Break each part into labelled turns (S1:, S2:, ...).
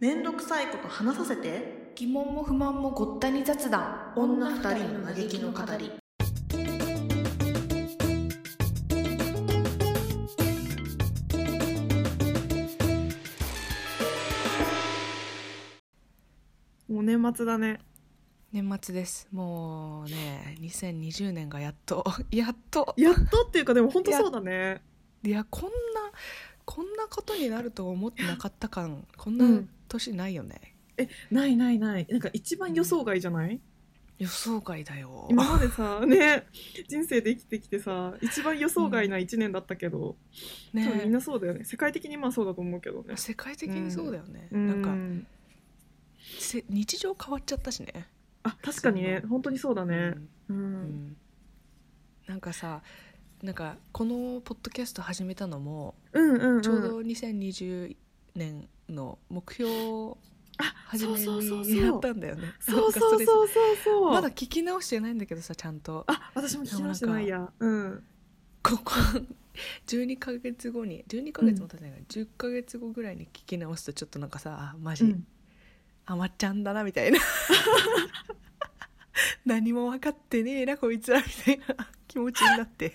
S1: めんどくさいこと話させて
S2: 疑問も不満もごったに雑談
S1: 女二人の嘆きの語り
S3: もう年末だね
S2: 年末ですもうね2020年がやっと やっと
S3: やっとっていうかでも本当そうだね
S2: いやこんなこんなことになると思ってなかった感こん
S3: う
S2: なん年ないよね、
S3: えないないないなんか一番予想外じゃない
S2: 予想外だよ
S3: 今まで さね人生で生きてきてさ一番予想外な1年だったけど、多分みん
S2: ね
S3: なそうだよね世界的にまあそうだと思うけどね
S2: 世界的にそうだよね、
S3: う
S2: なんか
S3: ん
S2: せ日常変わっちゃったしね
S3: あ確かにね本当にそうだねう
S2: うんんなんかさなんかこのポッドキャスト始めたのも
S3: うんうんうん
S2: ちょうど2020年の目標
S3: あ
S2: 初め
S3: そうそうそう
S2: に
S3: そう
S2: やったんだよね。
S3: そうそう
S2: なんか
S3: そうそうそう
S2: れまだ聞き直してないんだけどさちゃんと
S3: あ私も聞き直してないやうん
S2: ここ12ヶ月後に12ヶ月も経ってないから、10ヶ月後ぐらいに聞き直すとちょっとなんかさあマジ、
S3: うん
S2: あまっちゃんだなみたいな 何も分かってねえなこいつらみたいな 気持ちになって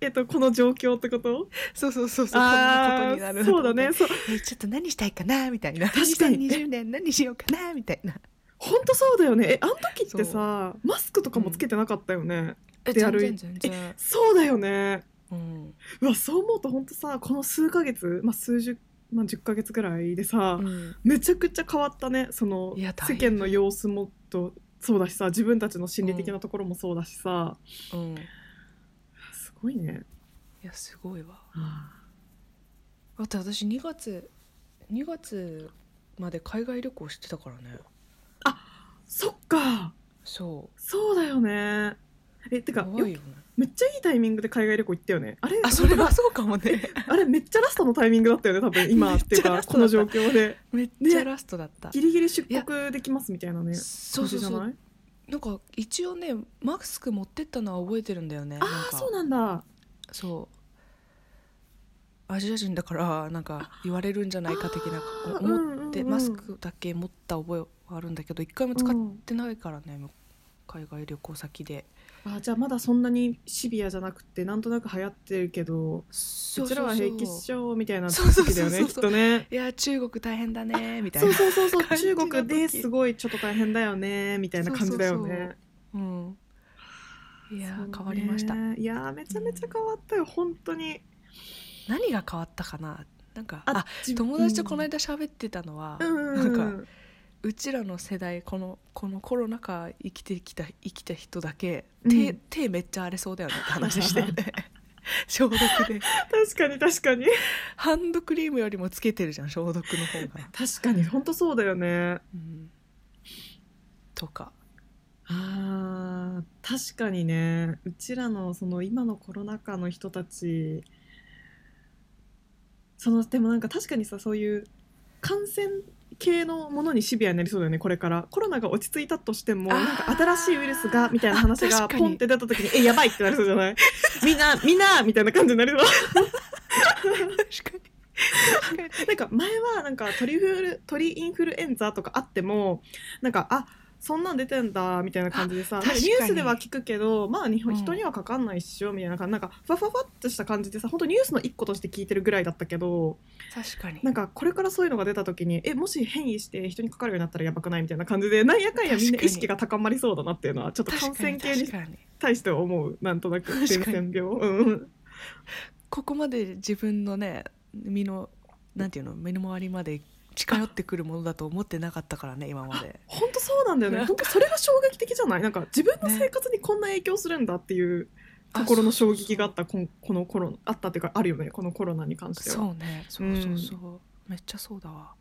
S3: えっとこの状況ってこと
S2: そうそうそうそうこんなこと
S3: あ
S2: にな
S3: あ
S2: るなと
S3: そう
S2: 思って
S3: だねそう
S2: えちょっと何したいかなみたいな
S3: 確かに
S2: 2020年何しようかなみたいな
S3: 本当そうだよねえあの時ってさマスクとかもつけてなかったよね、
S2: え
S3: で
S2: 全
S3: 歩い
S2: 然全然、
S3: そうだよね
S2: うん
S3: うわそう思うと本当さこの数ヶ月、まあ、数十、まあ、10ヶ月ぐらいでさ、
S2: うん、
S3: めちゃくちゃ変わったねその
S2: いやだい
S3: 世間
S2: ぶ
S3: の様子もとそうだしさ自分たちの心理的なところもそうだしさ、
S2: うん、い
S3: すごいね
S2: やすごいわだって私2月2月まで海外旅行してたからね
S3: そっか
S2: そ
S3: そうだよねえて
S2: う
S3: か
S2: 怖い
S3: よ
S2: よね
S3: めっちゃいいタイミングで海外旅行行ったよねあれ
S2: あそれはそうかもね
S3: あれめっちゃラストのタイミングだったよね多分今っていう
S2: めっちゃラ
S3: か
S2: ス
S3: こ
S2: トだ
S3: の
S2: った
S3: 状況で
S2: めっちゃラストだった、
S3: ギリギリ出国できますみたいなね
S2: そうそ
S3: 感じ
S2: う
S3: じゃ
S2: そ
S3: な
S2: う
S3: い
S2: なんか一応ねマスク持ってったのは覚えてるんだよね
S3: あ
S2: なん
S3: あ
S2: か
S3: そうなんだ
S2: そうアジア人だからなんか言われるんじゃないか的な
S3: あー
S2: 思っ
S3: うんうんう
S2: で
S3: ん
S2: マスクだけ持った覚えはあるんだけど一回も使ってないからね、海外旅行先で
S3: あじゃあまだそんなにシビアじゃなくてなんとなく流行ってるけど
S2: そう
S3: ちらは平気っしょみたいな
S2: そうそう
S3: 時だよ
S2: そ
S3: ね
S2: う
S3: きっ
S2: そう
S3: と ね
S2: いや中国大変だねみたい
S3: そ
S2: な
S3: うそうそうそう
S2: 感じ
S3: 中
S2: の時
S3: 国ですごいちょっと大変だよねみたいな感じだよ
S2: そうそう
S3: ね
S2: うん、いや
S3: そうね
S2: ー変わりました
S3: いやーめちゃめちゃ変わったよ本当に
S2: 何が変わったかななんかあ
S3: あ自分
S2: 友達とこの間喋ってたのは、
S3: うんうんう
S2: なん
S3: ん
S2: かうちらの世代このこのコロナ禍生きてきた生きた人だけ手,、
S3: うん
S2: 手めっちゃ荒れそうだよねって話してね 消毒で
S3: 確かに確か に
S2: ハンドクリームよりもつけてるじゃん消毒の方が、
S3: 確かに本当そうだよね
S2: うん、とか
S3: あー確かにねうちらのその今のコロナ禍の人たちそのでもなんか確かにさそういう感染系のものにシビアになりそうだよねこれからコロナが落ち着いたとしても
S2: あー
S3: なんか新しいウイルスがみたいな話
S2: あ
S3: が
S2: 確かに
S3: ポンって出た時にえやばいってなりそうじゃないみんなみんなみたいな感じになりそう
S2: 確かに確かに
S3: なんか前はなんか鳥インフル鳥インフルエンザとかあってもなんかあそんなん出てんだみたいな感じでさ
S2: 確かに
S3: ニュースでは聞くけどまあ日
S2: う
S3: 本
S2: ん
S3: 人にはかかんないっしょみたいな感じ、なんかふわふわふわっとした感じでさ本当ニュースの一個として聞いてるぐらいだったけど
S2: 確かに
S3: なんかこれからそういうのが出た時にえもし変異して人にかかるようになったらやばくないみたいな感じでなんやかんやみんな意識が高まりそうだなっていうのはちょっと感染系に
S2: 確かに
S3: 対して思うなんとなく
S2: 確か
S3: 伝
S2: に
S3: 染病。 うん
S2: ここまで自分のね身のなんていうの目の周りまで近寄ってくるものだと思ってなかったからね今まで
S3: 本当そうなんだよ
S2: な
S3: ね
S2: んか
S3: 本当それが衝撃的じゃないなんか自分の生活にこんな影響するんだっていうところの衝撃があったこんこのコロナあったっていうかあるよねこのコロナに関しては
S2: そうねそうそうそう、めっちゃそうだわ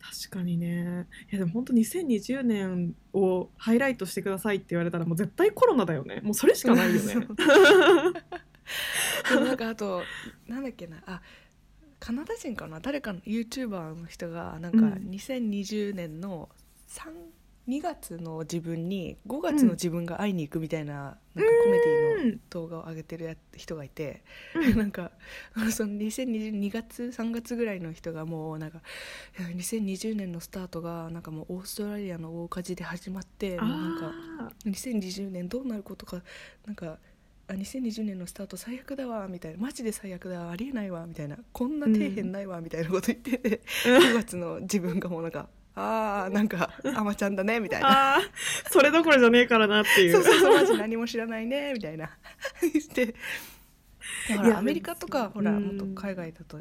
S3: 確かにねいやでも本当2020年をハイライトしてくださいって言われたらもう絶対コロナだよねもうそれしかないよ
S2: そう
S3: ね
S2: でもなんかあとなんだっけなあカナダ人かな誰かの YouTuber の人がなんか
S3: うん
S2: 2020年の3 2月の自分に5月の自分が会いに行くみたい
S3: うん
S2: な,、なんかコメデ
S3: う
S2: ィの
S3: ん
S2: 動画を上げてるや人がいて、
S3: う
S2: なんかあのその2022月3月ぐらいの人がもうなんかいや2020年のスタートがなんかもうオーストラリアの大火事で始まってもうなんか
S3: あ
S2: 2020年どうなることかなんかあ2020年のスタート最悪だわみたいなマジで最悪だわありえないわみたいなこんな底辺ないわみたいなこと言ってて、9月の自分がもうなんかあーなんか あまちゃんだねみたいな
S3: あーそれどころじゃねえからなっていう
S2: そうそうそうマジ何も知らな いねみたいなしてだか
S3: い
S2: ら
S3: や
S2: アメリカとかほら
S3: うん
S2: もっと海外だと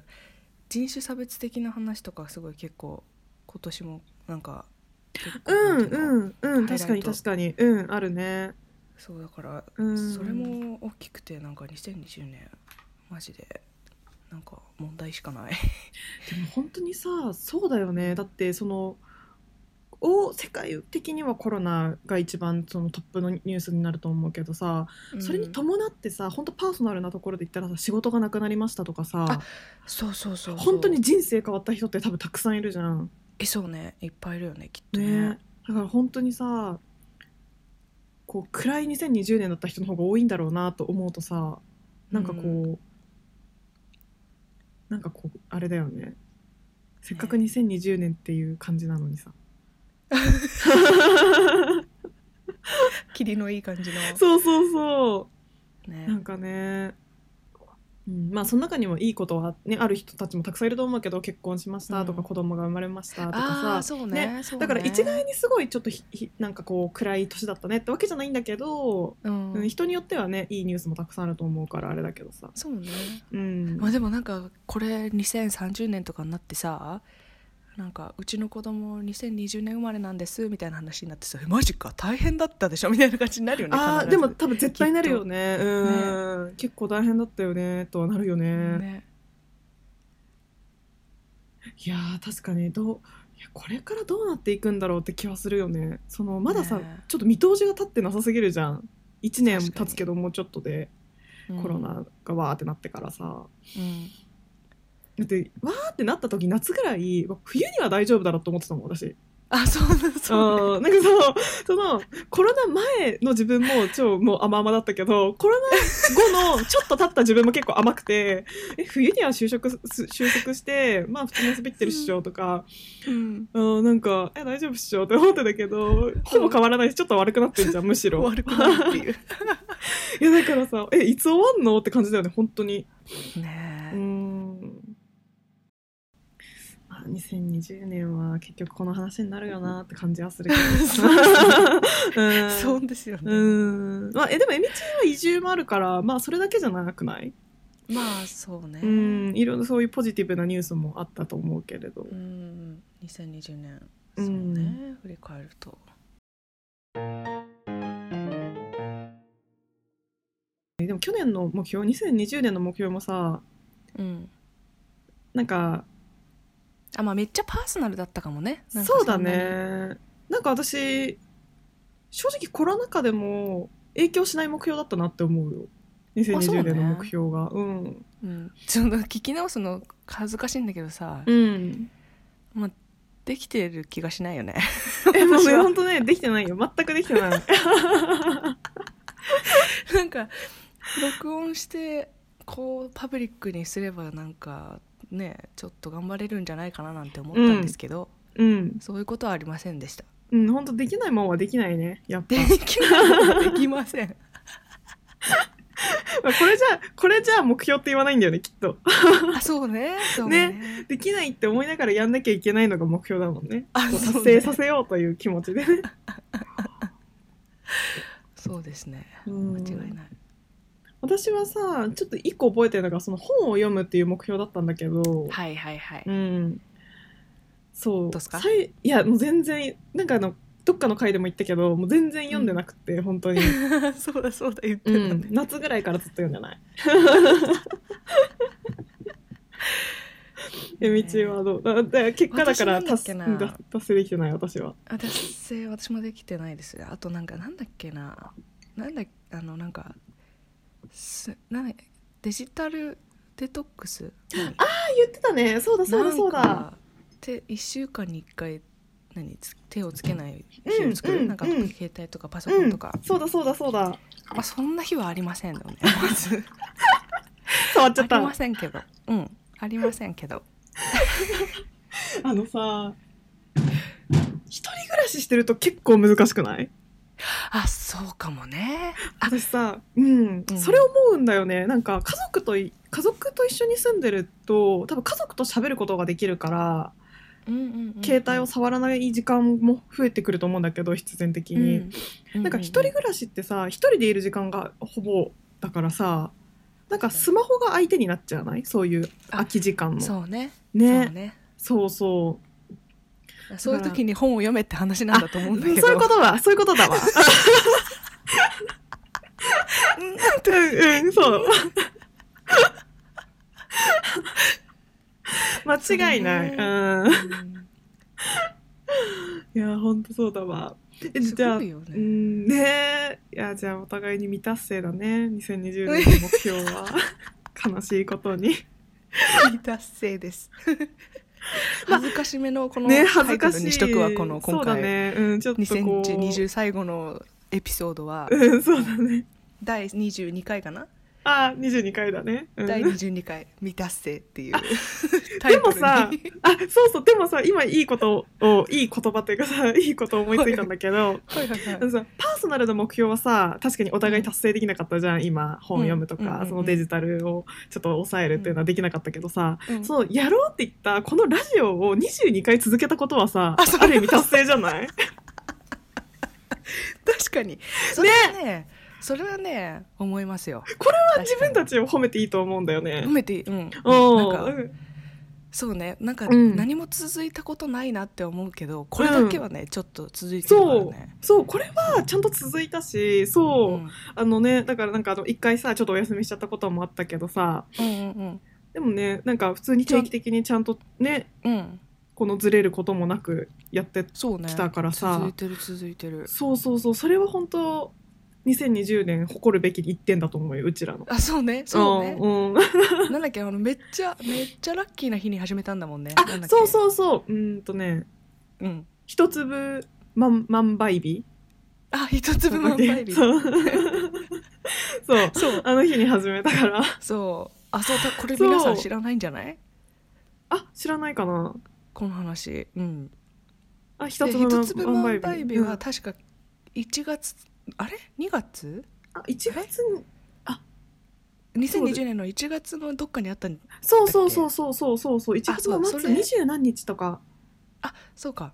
S2: 人種差別的な話とかすごい結構今年もなんか結構
S3: うん
S2: なんていうの
S3: うんうん
S2: ハイ
S3: 確
S2: ラ
S3: か
S2: イ
S3: に
S2: ト
S3: 確かにうんあるね
S2: そうだから
S3: うん
S2: それも大きくてなんか2020年マジでなんか問題しかない
S3: でも本当にさそうだよねだってそのお世界的にはコロナが一番そのトップのニュースになると思うけどさ、それに
S2: うん
S3: 伴ってさ本当パーソナルなところで言ったらさ仕事がなくなりましたとかさ
S2: あそうそうそうそう
S3: 本当に人生変わった人って多分たくさんいるじゃん。
S2: えそうねいっぱいいるよねきっとね
S3: ね、だから本当にさこう暗い2020年だった人の方が多いんだろうなと思うとさなんかこう、
S2: う
S3: なんかこうあれだよねせっかく2020年っていう感じなのにさ、
S2: 霧のいい感じの
S3: そうそうそ
S2: ね
S3: うなんかね、うん、まあその中にもいいことは、ね、ある人たちもたくさんいると思うけど結婚しましたとか、
S2: うん
S3: 子供が生まれましたとか
S2: あ
S3: さ
S2: あそうねそう
S3: だ
S2: ね
S3: から一概にすごいちょっとひひなんかこう暗い年だったねってわけじゃないんだけど、
S2: うん、
S3: うん人によってはねいいニュースもたくさんあると思うからあれだけどさ、
S2: そうね
S3: うん
S2: まあでもなんかこれ2030年とかになってさなんかうちの子供2020年生まれなんですみたいな話になってさえマジか大変だったでしょ みたいな感じになるよね
S3: あー
S2: 必
S3: で
S2: ず
S3: も多分絶対なるよねうん結構大変だったよねとはなるよね、
S2: ね
S3: いやー確かにどういやこれからどうなっていくんだろうって気はするよねそのまださ、
S2: ね
S3: ちょっと見通しが立ってなさすぎるじゃん1年
S2: 確か
S3: 経
S2: に
S3: つけどもうちょっとでコロ、ナがわーってなってからさ、
S2: うんうん
S3: だってわーってなった時夏ぐらい冬には大丈夫だろうと思ってたもん私
S2: あそうだそうだ
S3: うんなんかそのそのコロナ前の自分も超もう甘々だったけどコロナ後のちょっと経った自分も結構甘くて え冬には就職す就職してまあ普通に滑ってるっしょとか、
S2: うん
S3: うん、なんかえ大丈夫っしょって思ってたけどほぼ変わらないしちょっと悪くなってるじゃんむしろ
S2: 悪くなるっていう
S3: いやだからさえいつ終わんのって感じだよね本当に
S2: ね
S3: うーんまあ2020年は結局この話になるよなって感じはするけ
S2: え
S3: どう
S2: そう
S3: ん
S2: そうですよね、
S3: うんまあ、えでもエミチは移住もあるから、まあ、それだけじゃなくない、
S2: まあそうね
S3: うん、いろいろそういうポジティブなニュースもあったと思うけれど、
S2: うん2020年
S3: う
S2: そ
S3: ん
S2: うね振り返ると
S3: でも去年の目標2020年の目標もさ
S2: うん
S3: なんか
S2: あまあめっちゃパーソナルだったかもねなんか
S3: そうだ
S2: んなに
S3: ねなんか私正直コロナ禍でも影響しない目標だったなって思うよ
S2: あそうね
S3: 2020年の目標がう,、
S2: うん、その聞き直すの恥ずかしいんだけどさ、
S3: んうん
S2: まあ、できてる気がしない よね
S3: えもう
S2: 私は
S3: 本当ねできてないよ全くできてない
S2: なんか録音してこうパブリックにすればなんかねちょっと頑張れるんじゃないかななんて思ったんですけど、
S3: うん
S2: そういうことはありませんでした
S3: うん本当できないもんはできないねやっぱ
S2: できないできません
S3: まあこれじゃこれじゃ目標って言わないんだよねきっと
S2: あそうねそうね
S3: できないって思いながらやんなきゃいけないのが目標だも んね
S2: あ
S3: こう
S2: そ
S3: 達
S2: うね
S3: 成させようという気持ちでね
S2: そうですね
S3: うん
S2: 間違いない、
S3: 私はさちょっと一個覚えてるのがその本を読むっていう目標だったんだけど、
S2: はいはいはい、
S3: うんそう
S2: どうっすか
S3: さいいやもう全然なんかあのどっかの回でも言ったけどもう全然読んでなくて、本当に、
S2: そうだ そうだ言って
S3: う
S2: たね、
S3: ん、 夏ぐらいからずっと読んで ないえ道はどうだだ結果だから
S2: 私なんだっ
S3: 達
S2: けな
S3: うんだ達成できてない私は
S2: 私私もできてないですあとなんかなんだっけななんだあのなんかすなんだデジタルデトックスあ
S3: 言ってたねそうだそうだそうだ
S2: で1週間に1回何つ手をつけない日
S3: うん
S2: を作る、
S3: うん
S2: なんか
S3: うん
S2: 携帯とかパソコンとか、
S3: そうだそうだそうだ
S2: まあ、そんな日はありませんよねま ず
S3: 触っちゃ
S2: あ
S3: っ
S2: り
S3: た
S2: ませんけどうんありませんけど
S3: あのさ一人暮らししてると結構難しくない
S2: あそうかもねあ
S3: 私さ、うん
S2: うん
S3: それ思うんだよねなんか家族とい家族と一緒に住んでると多分家族と喋ることができるから、
S2: うんうんうん
S3: 携帯を触らない時間も増えてくると思うんだけど必然的に、
S2: うん
S3: なんか一人暮らしってさ一人でいる時間がほぼだからさなんかスマホが相手になっちゃわないそういう空き時間の
S2: そうね
S3: ね
S2: そうね
S3: そうそう
S2: そういう時に本を読めって話なんだと思うんだ
S3: そう
S2: けど
S3: いうことだそういうことだわうんうんそう 間違いない、
S2: そうね
S3: うん
S2: うん
S3: いやほんとそうだわえ
S2: す
S3: じゃあ
S2: ごいよね
S3: うんねえいやじゃあお互いに未達成だね2020年の目標は悲しいことに
S2: 未達成 です。恥ずかしめのこの
S3: ね
S2: タ
S3: 恥ず
S2: イト
S3: か
S2: ル
S3: しい
S2: にしとくわ、この
S3: そ
S2: 今
S3: うだ
S2: 回、
S3: ねうんちょっとこう
S2: 2020最後のエピソードは
S3: うんそうだね
S2: 第22回かな、
S3: あ22回だね、うん
S2: 第22回未達成っていう タ
S3: で
S2: イト
S3: も
S2: ルに
S3: さあそうそうでもさ今いいことをいい言葉というかさ いいことを思いついたんだけど
S2: はいはいはい
S3: あのさパーソナルの目標はさ確かにお互い達成できなかったじゃん今本読むと
S2: うんうんうん
S3: か、
S2: うん
S3: そのデジタルをちょっと抑えるっていうのはできなかったけどさ、
S2: うん
S3: そのやろうって言ったこのラジオを22回続けたことはさあ
S2: あそう
S3: る意味達成じゃ ない
S2: 確かにそれはねそれはね思いますよ
S3: これ
S2: は
S3: 自分た
S2: ち
S3: ちを褒めていいと思うんだよね
S2: 褒。めていいうん
S3: お
S2: なんか
S3: ー
S2: そうねなんか
S3: うん
S2: 何も続いたことないなって思うけどこれだけはね、ちょっと続いてるから
S3: そう
S2: ね
S3: そうこれはちゃんと続いたしそう、
S2: うん
S3: あのねだからなんかあの一回さちょっとお休みしちゃったこともあったけどさ
S2: うんうん
S3: でもねなんか普通に定期的にちゃんとね
S2: うんうん
S3: このずれることもなくやって
S2: そうね
S3: きたからさ
S2: 続いてる続いてる
S3: そうそうそうそれは本当2020年誇るべき一点だと思うようちらの。
S2: あそうねそうね
S3: うんうん、
S2: なんだっけあのめっちゃめっちゃラッキーな日に始めたんだもんねなんだ
S3: あ
S2: っけ
S3: そうそうそううーんとね
S2: う、うん、
S3: 一粒万万倍日
S2: あ一粒満杯日
S3: そう そう
S2: そう
S3: あの日に始めたから
S2: そうあそうたこれ
S3: そう
S2: 皆さん知らないんじゃない
S3: あ知らないかな
S2: この話うん
S3: あ一
S2: で
S3: 粒
S2: 一
S3: 万
S2: 粒
S3: 万
S2: 満
S3: 倍
S2: 杯
S3: 日
S2: 日
S3: うん
S2: は確か1月、あれ2月
S3: あ1月にそうで
S2: 2020年の1月のどっかにあったん
S3: そうそうそうそうそうそうそう1月の
S2: そ
S3: 末
S2: うそれ
S3: 二十何日とか
S2: あそうか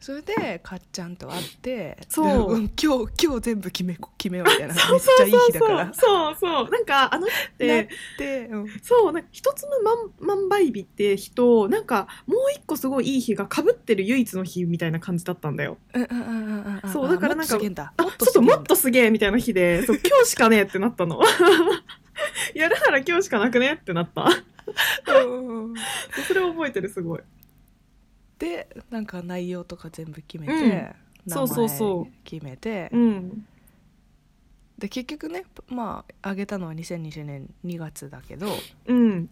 S2: それでかっちゃんと会って
S3: そう
S2: でん今日今日全部決め決めようみたいなめっちゃ
S3: そう
S2: いい日だ
S3: そ
S2: か
S3: う
S2: ら
S3: そうそうなんかあの日って
S2: なって、うん、
S3: そうなんか一つの万万倍日って日となんかもう一個すごいいい日がかぶってる唯一の日みたいな感じだったんだよ
S2: うんうんうんうんうん
S3: そうだからなんか
S2: もっとすげえんだ
S3: あ
S2: もっ
S3: ちょっと
S2: すげえ
S3: も
S2: んだ
S3: っとすげえみたいな日でそう今日しかねえってなった のやるなら今日しかなくねってなったそれを覚えてるすごい
S2: でなんか内容とか全部決めて、
S3: うん
S2: 名
S3: そうそうそう
S2: 前決めて
S3: うん
S2: で結局ねまああげたのは2020年2月だけど
S3: うん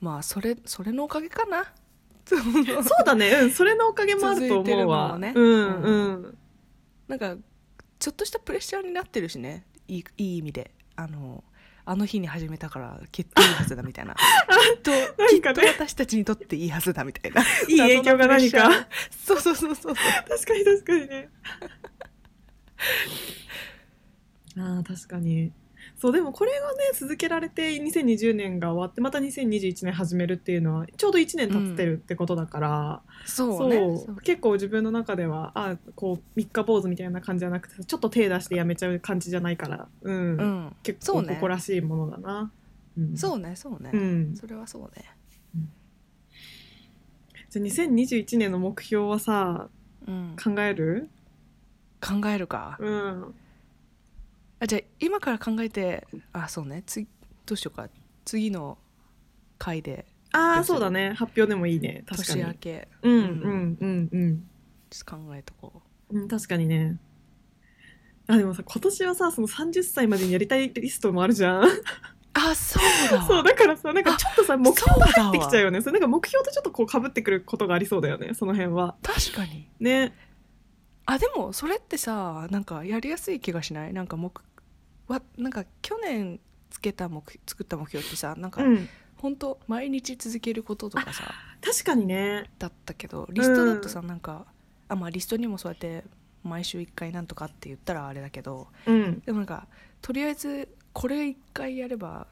S2: まあそれそれのおかげ かな
S3: そうだねうんそれのおかげもあると思うわ、
S2: 続いて
S3: う
S2: る
S3: ん
S2: のもね
S3: うん
S2: なんかちょっとしたプレッシャーになってるしねいいいい意味であのあの日に始めたからきっといいはずだみた いなきっと
S3: なんか
S2: きっと
S3: ね
S2: 私たちにとっていいはずだみたいない
S3: いい影響が何か
S2: そうそうそうそう
S3: 確かに確かにねあー確かにそうでもこれがね続けられて2020年が終わってまた2021年始めるっていうのはちょうど1年経ってるってことだから、
S2: そ
S3: そう
S2: うねそう
S3: 結構自分の中ではあこう三日坊主みたいな感じじゃなくてちょっと手出してやめちゃう感じじゃないから、うん
S2: うん
S3: 結
S2: そ
S3: 構
S2: うね
S3: 誇らしいものだな。うん
S2: そうねそうね、
S3: うん、
S2: それはそうね
S3: じゃあ2021年の目標はさ
S2: うん
S3: 考える、
S2: 考えるか
S3: うん、
S2: あじゃあ今から考えてあそうねつどうしようか次の回で
S3: あ
S2: ど
S3: あ
S2: うす
S3: そ
S2: る
S3: うだね発表でもいいね確か
S2: 年
S3: に
S2: 明け
S3: うんうんうんうん
S2: ちょっと考えとこ
S3: うん確かにねあでもさ今年はさその30歳までにやりたいリストもあるじゃん
S2: うああそうだ わ
S3: そうだからさなんかちょっとさ目標
S2: そうだ
S3: っ
S2: わ
S3: てきちゃうよねそれなんか目標とちょっとこうかぶってくることがありそうだよねその辺は
S2: 確かに
S3: ね
S2: あでもそれってさなんかやりやすい気がしないなんか目わなんか去年つけた目作った目標ってさなんか
S3: うん
S2: 本当毎日続けることとかさ
S3: 確かにね
S2: だったけどリストだとさ、なんかあまあリストにもそうやって毎週1回なんとかって言ったらあれだけど
S3: うん
S2: でもなんかとりあえずこれ1回やれば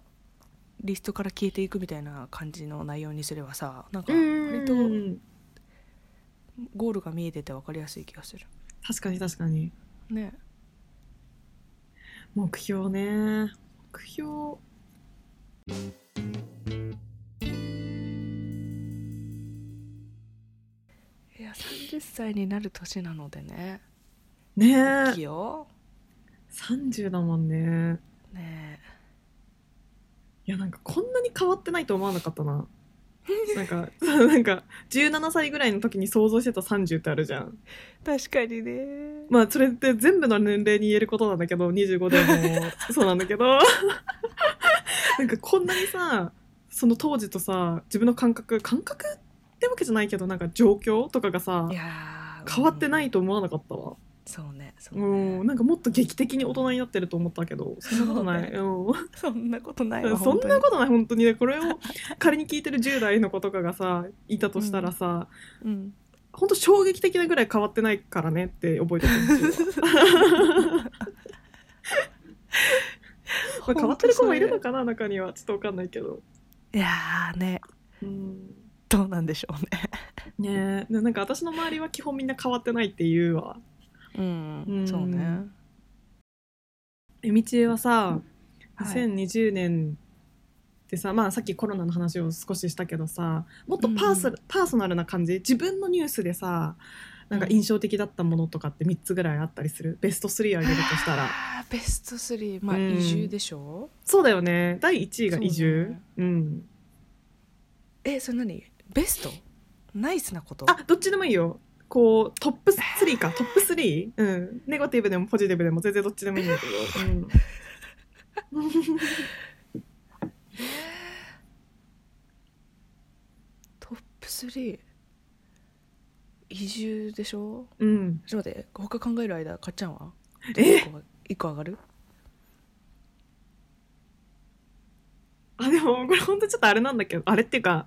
S2: リストから消えていくみたいな感じの内容にすればさなんか割と
S3: うん
S2: ゴールが見えてて分かりやすい気がする
S3: 確かに確かに
S2: ね
S3: 目標ね目標
S2: いや30歳になる年なのでね
S3: ね
S2: 大きい
S3: え
S2: よ
S3: 30だもんね
S2: ね
S3: いやなんかこんなに変わってないと思わなかったななんかなんか17歳ぐらいの時に想像してた30ってあるじゃん
S2: 確かにね
S3: まあそれって全部の年齢に言えることなんだけど25でもそうなんだけど なんかこんなにさその当時とさ自分の感覚感覚ってわけじゃないけどなんか状況とかがさ
S2: いやー
S3: 変わってないいと思わなかったわ、
S2: そうねそう
S3: う
S2: ね
S3: ん、なんかもっと劇的に大人になってると思ったけどそんなことない、うん
S2: そんなことないわ
S3: そん
S2: 本当
S3: な
S2: に
S3: ことない本当にねこれを仮に聞いてる10代の子とかがさいたとしたらさ、
S2: うん
S3: 本当衝撃的なぐらい変わってないからねって覚えてほ しいわまあ変わってる子もいるのかな中にはちょっとわかんないけど、
S2: いやーね
S3: うん、
S2: どうなんでしょうね
S3: ねえでなんか私の周りは基本みんな変わってないっていうわ
S2: うん、
S3: うん
S2: そうね
S3: えみちえはさ
S2: はい
S3: 2020年でさ、まあさっきコロナの話を少ししたけどさもっとパーソ,、
S2: うん
S3: パーソナルな感じ自分のニュースでさなんか印象的だったものとかって3つぐらいあったりするベスト3あげるとしたら
S2: あーベスト3まあ、
S3: うん
S2: 移住でしょ
S3: そうだよね第1位が移住う,、
S2: そうだね
S3: ん
S2: えそれ何ベストナイスなこと
S3: あどっちでもいいよこうトップ3かトップ 3? うんネガティブでもポジティブでも全然どっちでもいいんだけど、うん、
S2: トップ3移住でしょ
S3: うん、
S2: ちょっと待って他考える間かっちゃんは
S3: え
S2: 1個が一個上がる
S3: あでもこれ本当ちょっとあれなんだけどあれっていうか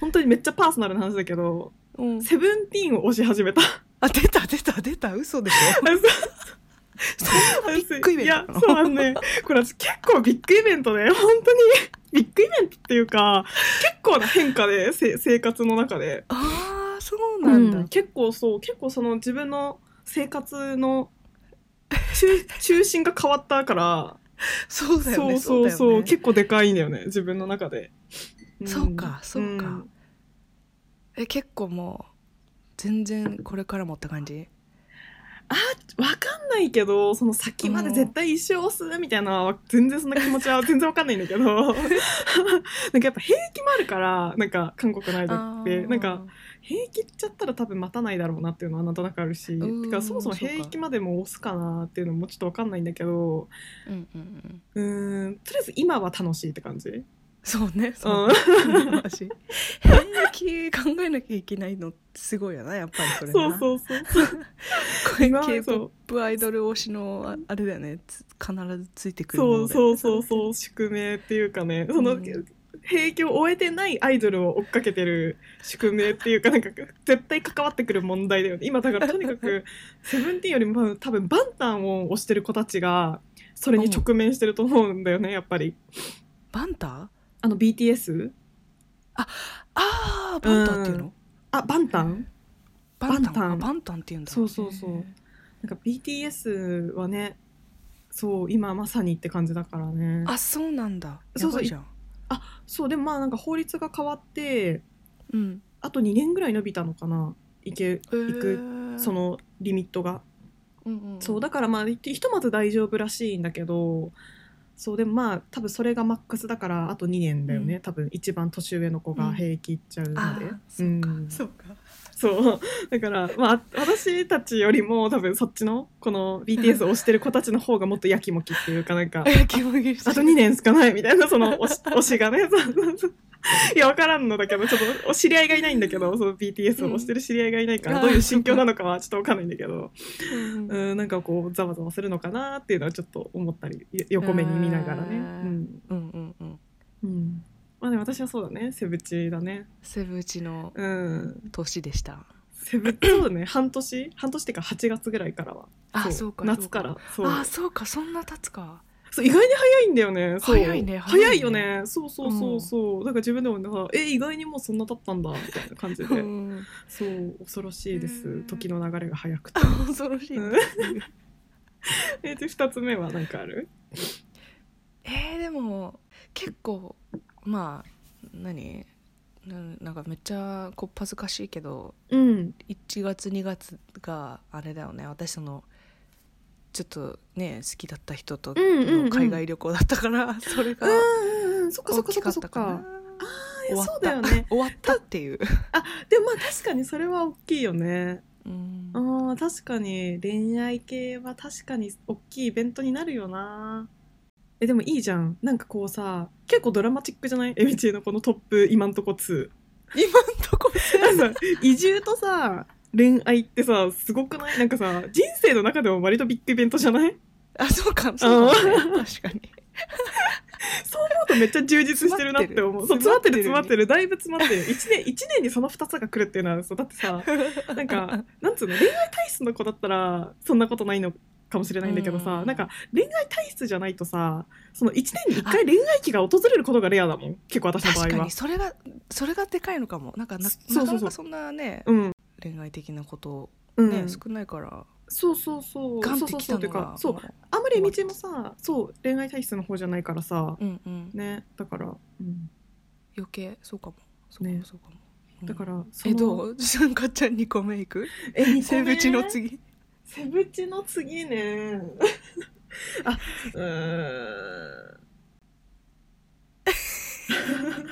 S3: 本当にめっちゃパーソナルな話だけど
S2: うん
S3: セブンティーンを推し始めた。
S2: あ出た出た出た嘘でしょそんなビッグイベン
S3: い
S2: ト
S3: や
S2: な、の
S3: そうあのね。これ私結構ビッグイベントで、本当にビッグイベントっていうか、結構な変化で、せ生活の中で。
S2: ああそうなんだ、
S3: うん結構そう、結構その自分の生活の中中心が変わったから、
S2: そうだよ
S3: そ
S2: ね
S3: うそう
S2: だよ
S3: そう、
S2: ね
S3: 結構でかいんだよね、自分の中で。ん
S2: そうかそうかえ結構もう全然これからもって感 じ
S3: わかんないけどその先まで絶対一生押すみたいなのは全然そんな気持ちは全然わかんないんだけど なんかやっぱ兵役もあるからなんか韓国の間って
S2: あー
S3: なんか兵役行っちゃったら多分待たないだろうなっていうのはなんとなくあるし
S2: うー
S3: て
S2: ん
S3: かそもそも
S2: そうか
S3: 兵役までも押すかなっていうのもちょっとわかんないんだけど
S2: うんうんうん
S3: うーんとりあえず今は楽しいって感じ
S2: そうねそう
S3: うん
S2: ね私平気考えなきゃいけないのってすごいよなやっぱりそれ
S3: そう
S2: な
S3: そうそう
S2: これ
S3: 今ま
S2: k
S3: で
S2: p
S3: そう
S2: o p アイドル推しのああれだよねつ必ずついてくるも
S3: そ
S2: の
S3: う
S2: で
S3: そうそうそう宿命っていうかねその、
S2: うん
S3: 兵役を終えてないアイドルを追っかけてる宿命っていうかなんか絶対関わってくる問題だよね今だからとにか く「セブンティーンよりも多分「バンタン」を推してる子たちがそれに直面してると思うんだよねやっぱり。
S2: バンター
S3: あの BTS?
S2: ああバンターっていうの、
S3: うあバンタン
S2: バンタ
S3: バン
S2: ン
S3: タン
S2: あバンタンっていうんだ
S3: そうそうそうなんか BTS はねそう今まさにって感じだからね。
S2: あそうなんだ
S3: そ
S2: や
S3: うそう
S2: ばいじゃん
S3: そうでもまあなんか法律が変わって
S2: うん
S3: あと2年ぐらい伸びたのかな行け
S2: え
S3: 行くそ、のリミットが、
S2: うんうんん、
S3: そうだからまあひひとまず大丈夫らしいんだけどそうでもまあ多分それがマックスだからあと2年だよね、
S2: うん
S3: 多分一番年上の子が平気いっちゃうので、
S2: あーそうか、
S3: うん
S2: そうか
S3: そうだから、まあ、私たちよりも多分そっちのこの BTS を推してる子たちの方がもっとやきもきっていうかなん か
S2: 気もぎ
S3: あと2年しかないみたいなその推し推しがねそう そうそういや分からんのだけどちょっとお知り合いがいないんだけどその BTS を推してる知り合いがいないから、
S2: うん
S3: どういう心境なのかはちょっと分かんないんだけど、
S2: うん
S3: うん、なんかこうざわざわするのかなっていうのはちょっと思ったりよ横目に見ながらね。
S2: あ
S3: う
S2: ー
S3: ん
S2: うんうんうん
S3: うんまあでも私はそうだねセブチだね。
S2: セブチの
S3: うん
S2: 年でした
S3: セブそうだね半年半年っていうか8月ぐらいからは
S2: あそうか
S3: 夏からそう
S2: あそうかそんな経つか
S3: そう意外に早いんだよねそう
S2: 早いね
S3: 早い
S2: 早いね
S3: よねそうそうそうそう、だから自分でもさえ意外にもうそんな経ったんだみたいな感じで
S2: うん
S3: そう恐ろしいです、
S2: うん
S3: 時の流れが早くて
S2: 恐ろしい
S3: うん えで2つ目は何かある
S2: えー、でも結構まあ何ななんかめっちゃこっ恥ずかしいけど
S3: うん
S2: 1月2月があれだよね私そのちょっとね好きだった人と
S3: うんうんうん
S2: の海外旅行だったから、それ
S3: う
S2: が
S3: んうんそっかそ
S2: 大
S3: っかそ
S2: き
S3: っ
S2: か
S3: か
S2: っ
S3: そ
S2: た
S3: っ
S2: かな
S3: かあ
S2: 終
S3: いや
S2: わった
S3: そうだよね
S2: 終わったっていう、
S3: でもまあ確かにそれは大きいよね
S2: うん
S3: あ、ー確かに恋愛系は確かに大きいイベントになるよなえでもいいじゃんなんかこうさ結構ドラマチックじゃないエビチのこのトップ今んとこ2
S2: 今んとこ
S3: なんかさ移住とさ恋愛ってさすごくないなんかさ人生の中でも割とビッグイベントじゃない
S2: あそうかそうかもね確かに
S3: あとめっちゃ充実してるなって思うそう詰
S2: 詰
S3: まっ
S2: まってて
S3: る
S2: る
S3: 詰まってるだいぶ詰まってる1年一年にその2つが来るっていうのはそうだってさなんかなんつうの恋愛体質の子だったらそんなことないのかもしれないんだけどさ、
S2: うん
S3: なんか恋愛体質じゃないとさその1年に1回恋愛期が訪れることがレアだもん結構私の場
S2: 確
S3: 合
S2: か
S3: は
S2: に。それがそれがでかいのかもなんかな
S3: そうそうそう
S2: なかなかそんなね
S3: うん
S2: 恋愛的なこと
S3: うん
S2: ね、少ないから
S3: そうそうそう
S2: ガン
S3: そう
S2: って
S3: そう
S2: き
S3: そ
S2: た
S3: うとい
S2: の
S3: うか
S2: が
S3: そうあんまりみちもさそう恋愛体質の方じゃないからさ
S2: うんうん、
S3: ねだから、うん、
S2: 余計そうかもそうかも、
S3: ね
S2: そうかも、
S3: だかららそ
S2: え
S3: の
S2: どう さんかちゃん2個目いく
S3: え二個
S2: セ
S3: 目
S2: ブチの次
S3: セブチの次ね あうーん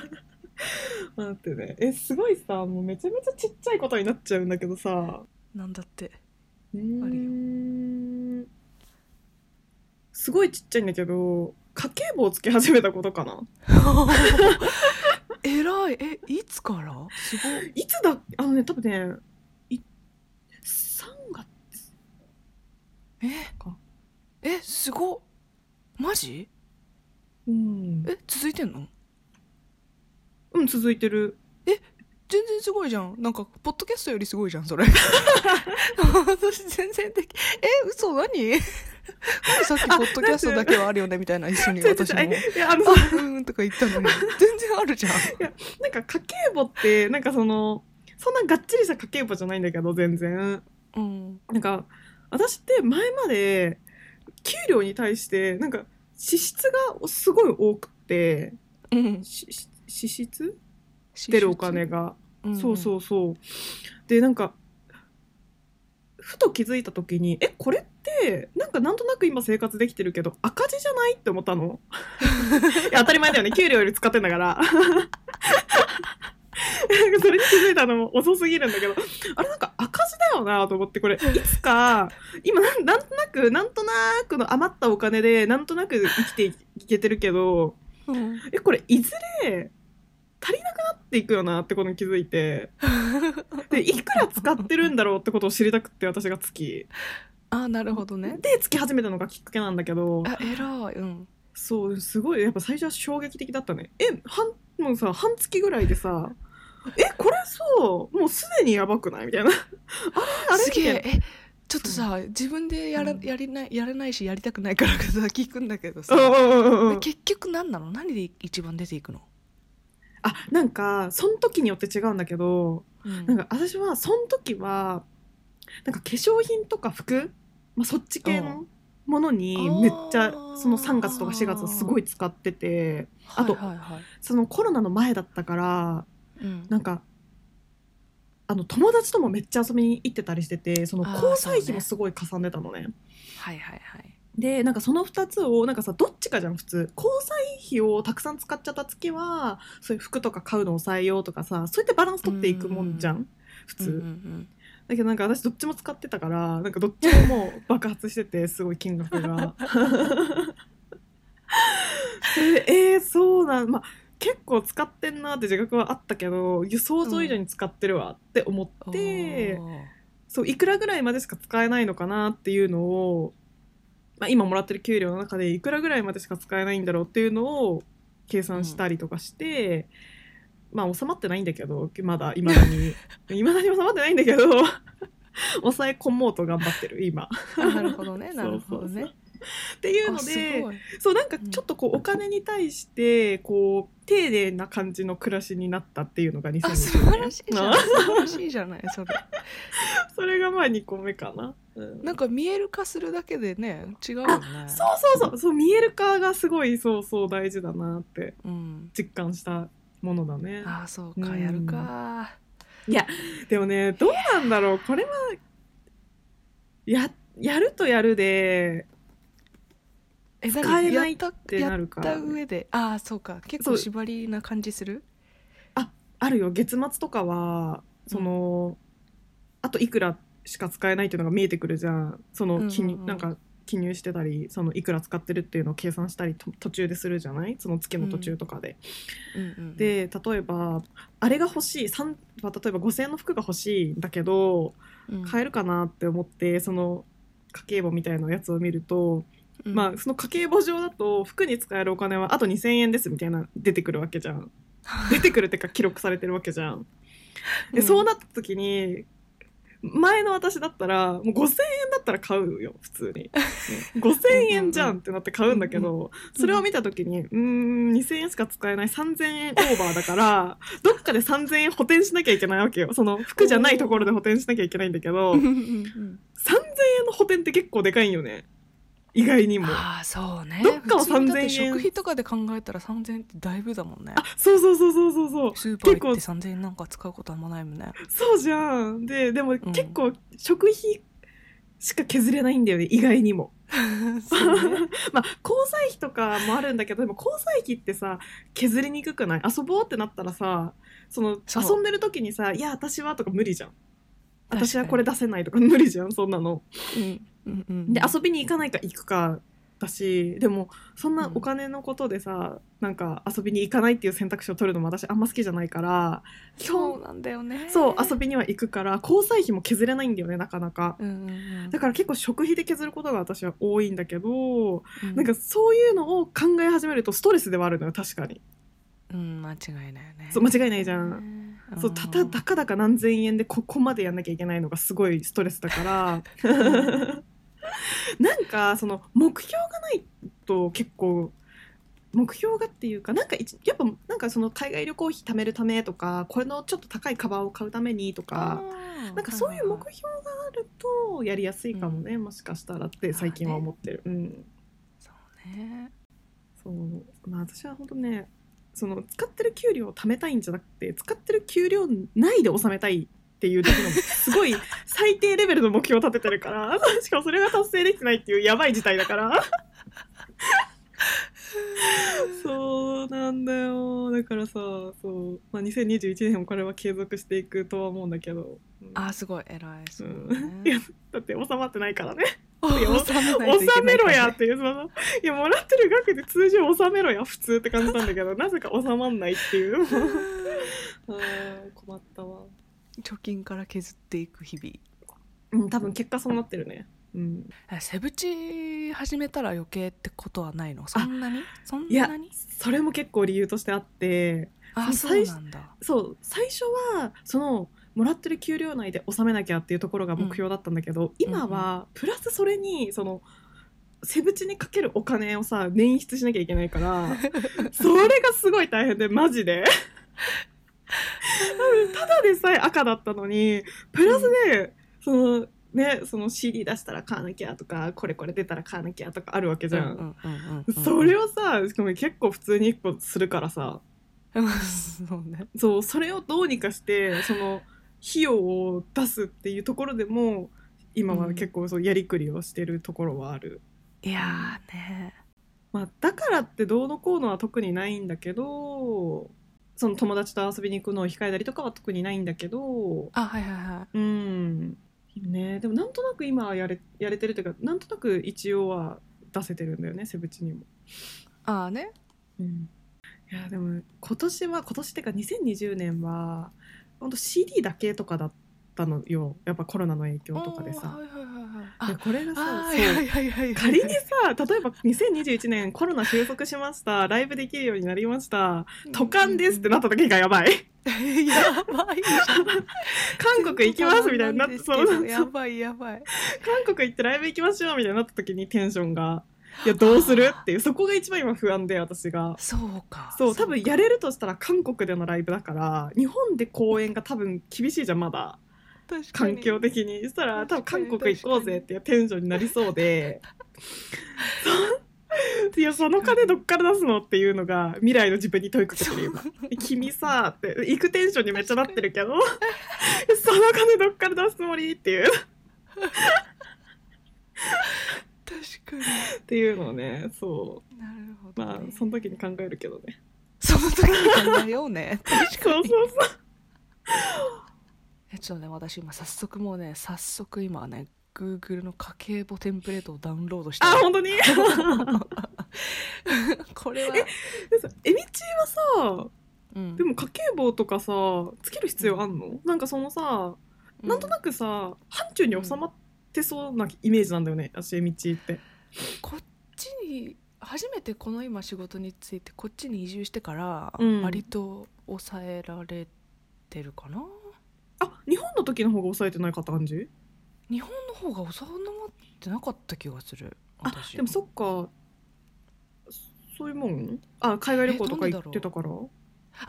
S3: 待ってねえすごいさもうめちゃめちゃちっちゃいことになっちゃうんだけどさ
S2: なん だって
S3: うーんすごいちっちゃいんだけど家計簿をつけ始めたことかな
S2: えらいえいつからすごい
S3: いつだあのね多分ねい3月
S2: ええすごっマジ
S3: うん、
S2: え続いてんの
S3: うん、続いてる
S2: 全然すごいじゃんなんかポッドキャストよりすごいじゃん それ私全然できえ嘘何何さっきポッドキャストだけはあるよねみたいな一緒に私も
S3: えいやあの
S2: あうんとか言った のに全然あるじゃん
S3: なんか家計簿ってなんかそのそんながっちりした家計簿じゃないんだけど全然
S2: うん
S3: なんか私って前まで給料に対してなんか支出がすごい多くて
S2: うん
S3: しし支出出るお金が、そうそうそうでなんかふと気づいた時にえこれってなんかなんとなく今生活できてるけど赤字じゃないって思った のいや当たり前だよね給料より使ってんだから なんかそれに気づいたのも遅すぎるんだけどあれなんか赤字だよなと思ってこれいつか今なんなんとなくなんとなくの余ったお金でなんとなく生きていいけてるけど
S2: うん、うん
S3: えこれいずれ足りなくなっていくよなってことに気づいてでいくら使ってるんだろうってことを知りたくって私が月
S2: あなるほどね
S3: で月始めたのがきっかけなんだけど
S2: あ偉いうん
S3: そうすごいやっぱ最初は衝撃的だったねえ半もうさ半月ぐらいでさえこれそうもうすでにやばくないみた いなあれあれ
S2: すげ
S3: みたいな
S2: ええちょっとさ自分でやら
S3: うん
S2: やりないやれないしやりたくないからさ聞くんだけどさ、
S3: うんうんうんうん
S2: 結局何なの何で一番出ていくの、
S3: あなんかその時によって違うんだけど
S2: うん
S3: なんか私はその時はなんか化粧品とか服、まあ、そっち系のものに
S2: うん
S3: めっちゃ
S2: あー
S3: その3月とか4月はすごい使っててあと
S2: はいはいはい
S3: そのコロナの前だったから
S2: うん
S3: なんかあの友達ともめっちゃ遊びに行ってたりしててその
S2: あー
S3: 交際
S2: そう
S3: 費
S2: ね
S3: もすごいかさんでたのね。
S2: はいはいはい
S3: でなんかその2つをなんかさどっちかじゃん普通交際費をたくさん使っちゃった月はそういう服とか買うの抑えようとかさそうやってバランス取っていくもんじゃん。普
S2: う
S3: 通、
S2: んうん
S3: だけどなんか私どっちも使ってたからなんかどっちももう爆発しててすごい金額 が。それでえー、そうなんまあ結構使ってんなって自覚はあったけどいや想像以上に使ってるわって思
S2: うん
S3: って、
S2: おー
S3: そういくらぐらいまでしか使えないのかなっていうのを、まあ、今もらってる給料の中でいくらぐらいまでしか使えないんだろうっていうのを計算したりとかして、まあ収まってないんだけどまだいまだ にいまだに収まってないんだけど 抑え込もうと頑張ってる今。
S2: あなるほどねなるほ
S3: そう
S2: どね
S3: そうそうっていう
S2: あ
S3: の
S2: す
S3: で
S2: ごい
S3: そうなんかちょっとこうお金に対してこう丁寧な感じの暮らしになったっていうのが2020
S2: あ
S3: 年
S2: 素晴らしいじゃない素晴らしいじゃないそれ
S3: それがまあ2個目かな。うん
S2: なんか見える化するだけでね違うよね
S3: そうそうそうそう見える化がすごいそうそう大事だなって
S2: うん、
S3: 実感したものだね
S2: ああそうか、
S3: うん
S2: やるか
S3: でもねどうなんだろうこれはややるとやるで
S2: え
S3: 使
S2: 何
S3: えないっ
S2: やって
S3: なるから
S2: やった上でああそうか結構
S3: そう
S2: 縛りな感じする
S3: あるよ月末とかはその、あといくらしか使えないっていうのが見えてくるじゃんそ
S2: うんうんう
S3: の
S2: ん
S3: 記入、なんか記入してたりそのいくら使ってるっていうのを計算したりと途中でするじゃないその月の途中とかで、
S2: うんうんうん
S3: で例えばあれが欲しいさん例えば5,000円の服が欲しいんだけど
S2: うん
S3: 買えるかなって思ってその家計簿みたいなやつを見ると、
S2: うん
S3: まあその家計簿上だと服に使えるお金はあと2,000円ですみたいな出てくるわけじゃん 出てくるってか記録されてるわけじゃんで、
S2: うん
S3: そうなった時に前の私だったらもう5,000円だったら買うよ普通 に5,000円じゃんってなって買うんだけど、それを見た時にうーん2,000円しか使えない3,000円オーバーだから どっかで3,000円補填しなきゃいけないわけよその服じゃないところで補填しなきゃいけないんだけど
S2: うんうん
S3: 3000円の補填って結構でかいんよね意外に
S2: うん
S3: もあ
S2: ああそうね
S3: どっかは
S2: 普通にだって
S3: 3000円
S2: 食費とかで考えたら3000円ってだいぶだもんね
S3: そうそうそうそうそうそう
S2: スーパー行って
S3: 結
S2: 3000円なんか使うことあんまないも んね
S3: そうじゃんででも結構食費しか削れないんだよね意外にも
S2: そうね
S3: まあ交際費とかもあるんだけどでも交際費ってさ削りにくくない遊ぼうってなったらさその
S2: そう
S3: 遊んでる時にさ「いや私は」とか無理じゃん
S2: 確かに
S3: 私はこれ出せないとか無理じゃんそんなの
S2: うんうんうん
S3: で遊びに行かないか行くかだしでもそんなお金のことでさ、なんか遊びに行かないっていう選択肢を取るのも私あんま好きじゃないから基
S2: そう
S3: 本
S2: なんだよね
S3: そう遊びには行くから交際費も削れないんだよねなかなか。
S2: うんうん
S3: だから結構食費で削ることが私は多いんだけど、
S2: うん
S3: なんかそういうのを考え始めるとストレスではあるのよ確かに
S2: うん間違いないよね
S3: そう間違いないじゃん、
S2: うん
S3: そうたたたかだか何千円でここまでやんなきゃいけないのがすごいストレスだから なんかその目標がないと結構目標がっていうかなんか一やっぱなんかその海外旅行費貯めるためとかこれのちょっと高いカバンを買うためにと
S2: あ
S3: か
S2: ー
S3: なんかそういう目標があるとやりやすいかもね、もしかしたらって最近は思ってる。うん
S2: そうね
S3: そうまあ私は本当ねその使ってる給料を貯めたいんじゃなくて使ってる給料内で納めたいっていうだけのすごい最低レベルの目標を立ててるからしかもそれが達成できてないっていうやばい事態だからそうなんだよだからさそう、まあ、2021年もこれは継続していくとは思うんだけど、うん
S2: あーすごい偉 いそう
S3: いや
S2: ね
S3: だって収まってないからね
S2: お収めないといけない
S3: 収めろやっていうそのいやもらってる額で通常収めろや普通って感じなんだけど なぜか収まんないっていう あー困ったわ
S2: 貯金から削っていく日々
S3: うん多分結果そうなってるねうん
S2: えセブチ始めたら余計ってことはないのそんなにそん
S3: いや
S2: なに
S3: それも結構理由としてあって
S2: あ
S3: そ
S2: そうう
S3: 最
S2: なんだ
S3: そう最初はそのもらってる給料内で納めなきゃっていうところが目標だったんだけど、今はプラスそれにそのセブチにかけるお金をさ捻出しなきゃいけないから それがすごい大変でマジで ただでさえ赤だったのにプラスで、そのねその CD 出したら買わなきゃとかこれこれ出たら買わなきゃとかあるわけじゃん。
S2: うんうんうんうんうん
S3: そ れをさしかも結構普通に1個するからさ
S2: うんそうね
S3: そうそれをどうにかしてその費用を出すっていうところでも今は結構そうやりくりをしてるところはある、
S2: いやーね
S3: まあ、だからってどうのこうのは特にないんだけどその友達と遊びに行くのを控えたりとかは特にないんだけど、
S2: あはいはいはい
S3: うん。ね、でもなんとなく今はやれやれてるというか、なんとなく一応は出せてるんだよね、セブチにも。
S2: ああね
S3: うん。いや、でも今年は、今年ってか2020年は、本当 CD だけとかだったのよ。やっぱコロナの影響とかで
S2: おー
S3: さ。
S2: はいはいはいはい
S3: いや、
S2: あ
S3: これがさ、
S2: あ
S3: そう
S2: ーはいはいはいはい
S3: 仮にさ、例えば2021年コロナ収束しました、ライブできるようになりました、都館ですってなった時がやばい。
S2: うんやばい
S3: 韓国行きますみたいになって、
S2: 全然
S3: そ
S2: 止まんな
S3: うそ
S2: いん
S3: う
S2: ですけどやばいやばい
S3: 韓国行ってライブ行きましょうみたいになった時にテンションが、いや、どうする
S2: あー
S3: っていう、そこが一番今不安で、私が。
S2: そうか
S3: そう、多分や
S2: る
S3: れるとしたら韓国でのライブだから、日本で公演が多分厳しいじゃん、まだ。環境的に。したら、多分
S2: 確かに
S3: 韓国行こうぜっていうテンションになりそうで。そういや、その金どっから出すのっていうのが、未来の自分に問いかけてる今。君さって行くテンションにめっちゃなってる けどその金どっから出すつもりっていう
S2: 確か
S3: っていうのをねそ
S2: になるほ
S3: う
S2: ど、ね、
S3: まあその時に考えるけどね
S2: その時に考えようね確
S3: そ
S2: か
S3: う
S2: に
S3: そうそう
S2: えちょっとね私今早速もうね早速今ね Google の家計簿テンプレートをダウンロードして
S3: あ
S2: る
S3: 本当に
S2: これは
S3: えみちはさ
S2: うん
S3: でも家計簿とかさつける必要あんの、なんかそのさなんと
S2: く
S3: なくさ範疇に収まってそうなイメージなんだよね私えみちって
S2: こっちに初めてこの今仕事についてこっちに移住してから
S3: うん
S2: 割と抑えられてるかな、
S3: あ日本の時の方が抑えてないか感じ
S2: 日本の方が収まってなかった気がする
S3: あ
S2: 私
S3: でもそっかそういうもんあ海外旅行とか行ってたから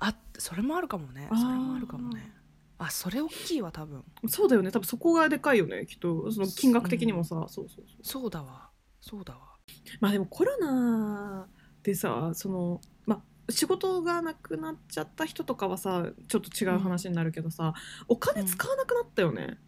S2: あそれもあるかもね
S3: あー
S2: それもあるかもねあそれ大きいわ多分
S3: そうだよね多分そこがでかいよねきっとその金額的にもさ、そうそうそう
S2: そうだわそうだわ
S3: まあでもコロナでさそのまあ仕事がなくなっちゃった人とかはさちょっと違う話になるけどさ、お金使わなくなったよね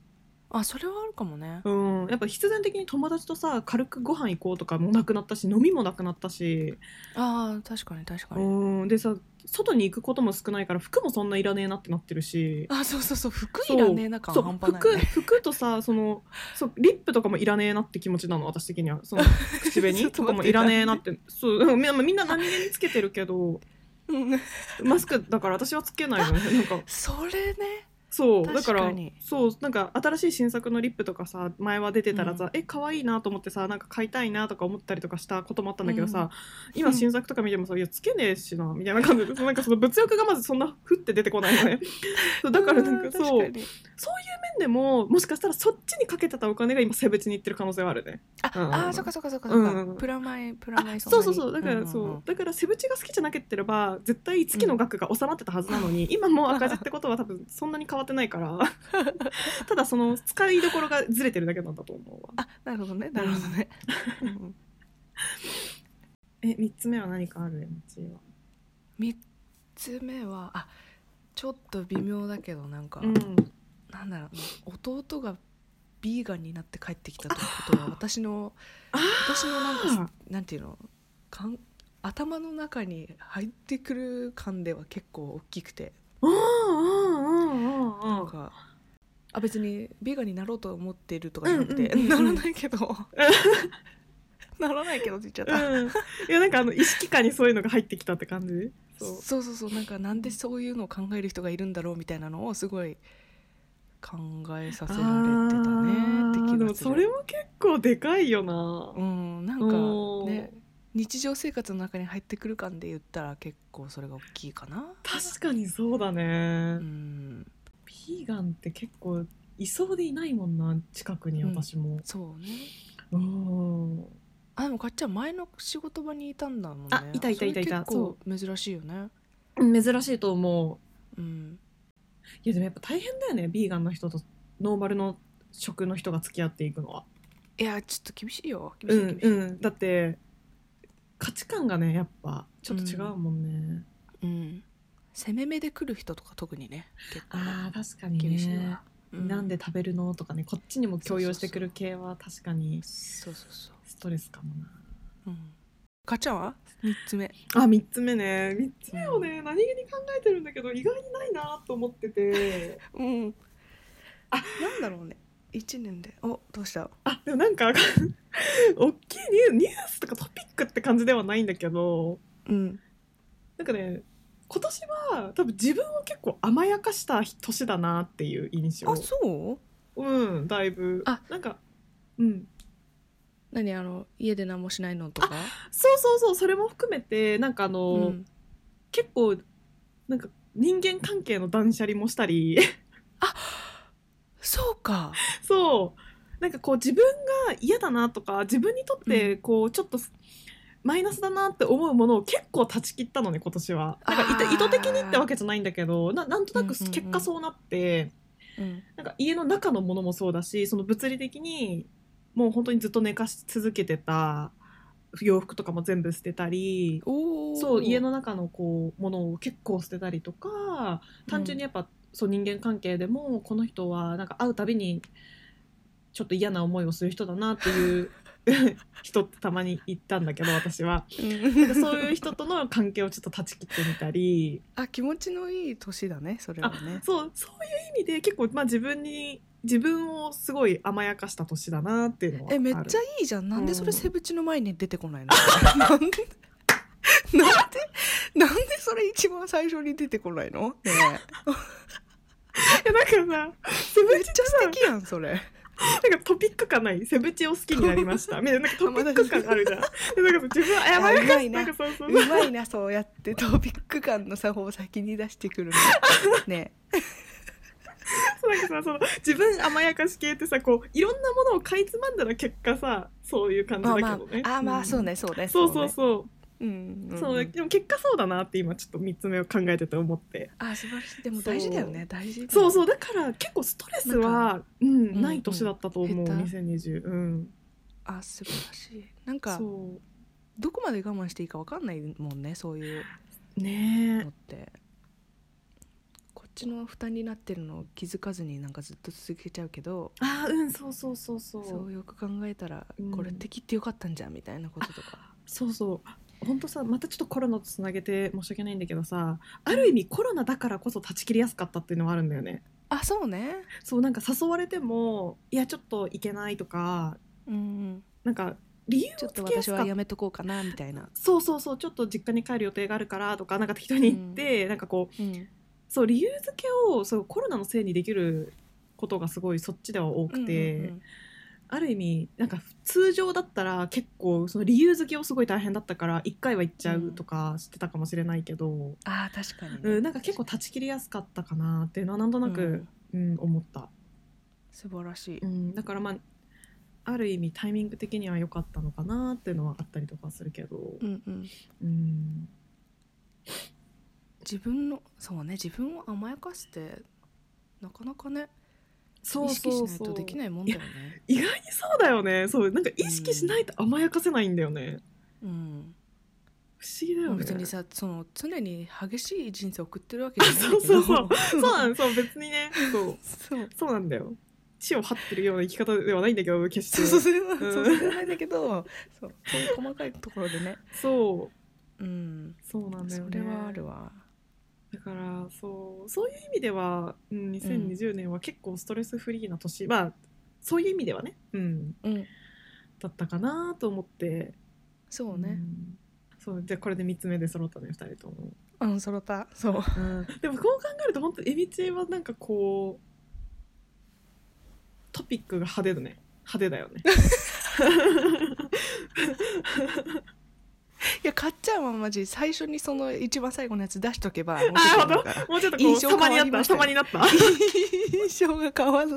S2: あそれはあるかもね
S3: うん、やっぱ必然的に友達とさ軽くご飯行こうとかもなくなったし飲みもなくなったし、
S2: あー確かに確かに、
S3: うんでさ外に行くことも少ないから服もそんないらねえなってなってるし
S2: あそうそうそう服
S3: そう
S2: いらねえな感
S3: そう
S2: 半端ない、ね、
S3: 服服とさそのそうリップとかもいらねえなって気持ちなの私的には その口
S2: ちょ
S3: 紅
S2: っ
S3: と
S2: と
S3: か
S2: 待っ
S3: も
S2: て
S3: いらねえなってそううんみんなみんな何気につけてるけど
S2: うん
S3: マスクだから私はつけないのねなんか
S2: それね
S3: そうだか
S2: 確
S3: ら
S2: かに
S3: そうなんか新しい新作のリップとかさ前は出てたらさ、え可愛いなと思ってさなんか買いたいなとか思ったりとかしたこともあったんだけどさ、今新作とか見てもさ「いやつけねえしな」みたいな 感じでなんかその物欲がまずそんなふって出てこないのねそうだからなんか
S2: うん
S3: そう
S2: 確かに
S3: でももしかしたらそっちにかけてたお金が今セブチに行ってる可能性はあるね
S2: あ、
S3: うん
S2: あーそっかそっかそっかそっか、
S3: うん
S2: プラマイプラ
S3: あ
S2: マイ
S3: そうそうそうだから、
S2: んんん
S3: そうだからセブチが好きじゃなければ絶対月の額が収まってたはずなのに、今もう赤字ってことは多分そんなに変わってないからただその使いどころがずれてるだけなんだと思うわ
S2: あなるほどねなるほどね、うん
S3: え3つ目は何かある ?MC は
S2: 3つ目はあちょっと微妙だけどなんか、
S3: うん
S2: なんだろう弟がビーガンになって帰ってきたということは私の
S3: あ
S2: 私のなん
S3: あー
S2: かなんていうのかん頭の中に入ってくる感では結構大きくて
S3: うんうんうんうんう
S2: なんんかあ別にビーガンになろうと思っているとかじゃなくて、
S3: うんうんうんうん
S2: ならない けどならないけどって言っちゃった、
S3: うん、いやなんかあの意識下にそういうのが入ってきたって感じそう
S2: そうそうそうなんかなんでそういうのを考える人がいるんだろうみたいなのをすごい考えさせられてたねって
S3: あー
S2: 気
S3: で
S2: が
S3: も
S2: す
S3: そ
S2: る
S3: れ。も結構でかいよな
S2: うん、なん
S3: お
S2: か
S3: ー
S2: ね日常生活の中に入ってくる感で言ったら結構それが大きいかな。
S3: 確かにそうだね、
S2: うん、
S3: ビーガンって結構いそうでいないもんな近くに
S2: うん
S3: 私も、
S2: そうね。
S3: うん
S2: あでもかっちゃん前の仕事場にいたんだもんね。
S3: あいたいたいたいた
S2: それ結構珍しいよね。
S3: 珍しいと思
S2: うん。
S3: ういやでもやっぱ大変だよねビーガンの人とノーマルの食の人が付き合っていくのはい
S2: やちょっと厳しいよ。厳
S3: う
S2: しい厳
S3: ん
S2: しい。
S3: う、んだって価値観がねやっぱちょっと違うもんね、
S2: うん。攻め目で来る人とか特にね結構
S3: あー確かにね
S2: 厳しいわ。う
S3: なんで食べるのとかねこっちにも強要してくる
S2: そう
S3: 系は確かに
S2: そうそうそう。
S3: ストレスかもな
S2: うん。ガチャは3つ目
S3: あ三つ目ね三つ目をね、何気に考えてるんだけど意外にないなと思ってて
S2: うんあなんだろうね1年でおどうした
S3: あでもなん か大きいニュニュースとかトピックって感じではないんだけど
S2: うん
S3: なんかね今年は多分自分を結構甘やかした年だなっていう印象
S2: あそう
S3: うんだいぶ
S2: あ
S3: なんかうん
S2: 何あの家で何もしないのとか
S3: そうそうそうそれも含めてなんかあの、
S2: うん
S3: 結構なんか人間関係の断捨離もしたり
S2: そうか
S3: そうなんかこう自分が嫌だなとか自分にとってこうちょっとマイナスだなって思うものを結構断ち切ったのね今年はなんか
S2: あ
S3: 意
S2: ー
S3: 図意図的にってわけじゃないんだけどななんとなく
S2: うんうんうん
S3: 結果そうなって、
S2: うん
S3: なんか家の中のものもそうだしその物理的にもう本当にずっと寝かし続けてた洋服とかも全部捨てたり
S2: おお
S3: そう家の中のこうものを結構捨てたりとか単純にやっぱ、そう人間関係でもこの人はなんか会うたびにちょっと嫌な思いをする人だなっていう 人ってたまに言ったんだけど私はなんかそういう人との関係をちょっと断ち切ってみたり
S2: あ気持ちのいい年だねそれはね
S3: そうそういう意味で結構、まあ、自分に自分をすごい甘やかした年だなっていうのはある
S2: えめっちゃいいじゃんなんでそれ
S3: うん
S2: セブチの前に出てこないのなんでなんでなんでそれ一番最初に出てこないの、ね
S3: えなんかさセ
S2: え、め
S3: ブ
S2: っ
S3: チ
S2: ちゃ素敵やんそれ
S3: なんかトピック感ないセブチを好きになりま したみたいななんかトピック感あるじゃんでなんか自分
S2: あ
S3: 甘
S2: う
S3: やか
S2: ま
S3: し
S2: い
S3: な
S2: なん
S3: かそうそう
S2: う
S3: そう
S2: まいなそうやってトピック感の作法を先に出してく るのね
S3: なんかさその自分甘やかし系ってさこういろんなものをかいつまんだら結果さそういう感じ
S2: ま
S3: だけ
S2: あまあ
S3: どね、
S2: あーまあそう
S3: ね、
S2: ねそうね
S3: そうそう
S2: ね
S3: そう
S2: うんうん
S3: そううんでも結果そうだなって今ちょっと3つ目を考えてて思って
S2: あ素晴らしいでも大事だよね大事
S3: そうそううだから結構ストレスはうん
S2: ん
S3: ない年だったと思う、
S2: 減った
S3: 2020うん
S2: あ素晴らしいなんか
S3: そ
S2: どこまで我慢していいかわかんないもんねそういう
S3: うね
S2: のってこっちの負担になってるのを気づかずになんかずっと続けちゃうけど
S3: えあーうんそうそうそうそうそ
S2: そう
S3: う
S2: よく考えたら
S3: うん
S2: これって切ってよかったんじゃんみたいなこととか
S3: そう本当さまたちょっとコロナとつなげて申し訳ないんだけどさある意味コロナだからこそ断ち切りやすかったっていうのはあるんだよね
S2: あそうね
S3: そうなんか誘われてもいやちょっと行けないとか
S2: うん
S3: なんか理由
S2: ちょ
S3: を
S2: っ
S3: つ
S2: と
S3: けや
S2: 私
S3: すか
S2: は
S3: っ
S2: やめとこうかなみたいな
S3: そうそうそうちょっと実家に帰る予定があるからとかなんか適当に言って、なんかこう
S2: うん
S3: そう理由付けをそうコロナのせいにできることがすごいそっちでは多くて、
S2: うんうんうん
S3: ある意味なんか通常だったら結構その理由付けをすごい大変だったから1回は行っちゃうとかしてたかもしれないけど、うん
S2: あー確かにね、
S3: なんか結構断ち切りやすかったかなっていうのはなんとな
S2: う
S3: く
S2: ん、
S3: うん思った、
S2: 素晴らしい
S3: うん、だからまあある意味タイミング的には良かったのかなっていうのはあったりとかするけど、
S2: うんうん
S3: うん、
S2: 自分のそうね自分を甘やかすってなかなかね
S3: そう
S2: 意識し
S3: そう
S2: ない
S3: そう
S2: とできないもんだよね
S3: 意外にそうだよねそうなんか意識しないと甘やかせないんだよね、
S2: うん
S3: 不思議だよ
S2: まあ
S3: ね
S2: 別にさその常に激しい人生を送ってるわけじゃないんだけ
S3: そ
S2: ど
S3: うそうそうなんそう別にねそう
S2: そう
S3: そうなんだよ地を張ってるような生き方ではないんだけど決して
S2: そうそうそれはそうじゃないんだけどそうそういう細かいところでね
S3: そう
S2: うん
S3: そうなんだよ
S2: そ
S3: ね
S2: れはあるわ
S3: だからそうそういう意味では、うん、2020年は結構ストレスフリーな年、まあそういう意味ではね、うん、
S2: うん
S3: だったかなと思って
S2: そうね
S3: んそうじゃあこれで3つ目で揃ったね2人とも、
S2: うんそろたそう
S3: でもこう考えると本当エビチはなんかこうトピックが派手だね派手だ よね
S2: いやかっちゃんはマジ最初にその一番最後のやつ出しとけばもう
S3: あ
S2: ちょっ
S3: 本
S2: となん
S3: 当
S2: か
S3: もうちょっとこう
S2: 印象
S3: 様になっ
S2: 変わりま
S3: た
S2: したね
S3: 様になった
S2: 印象が変わる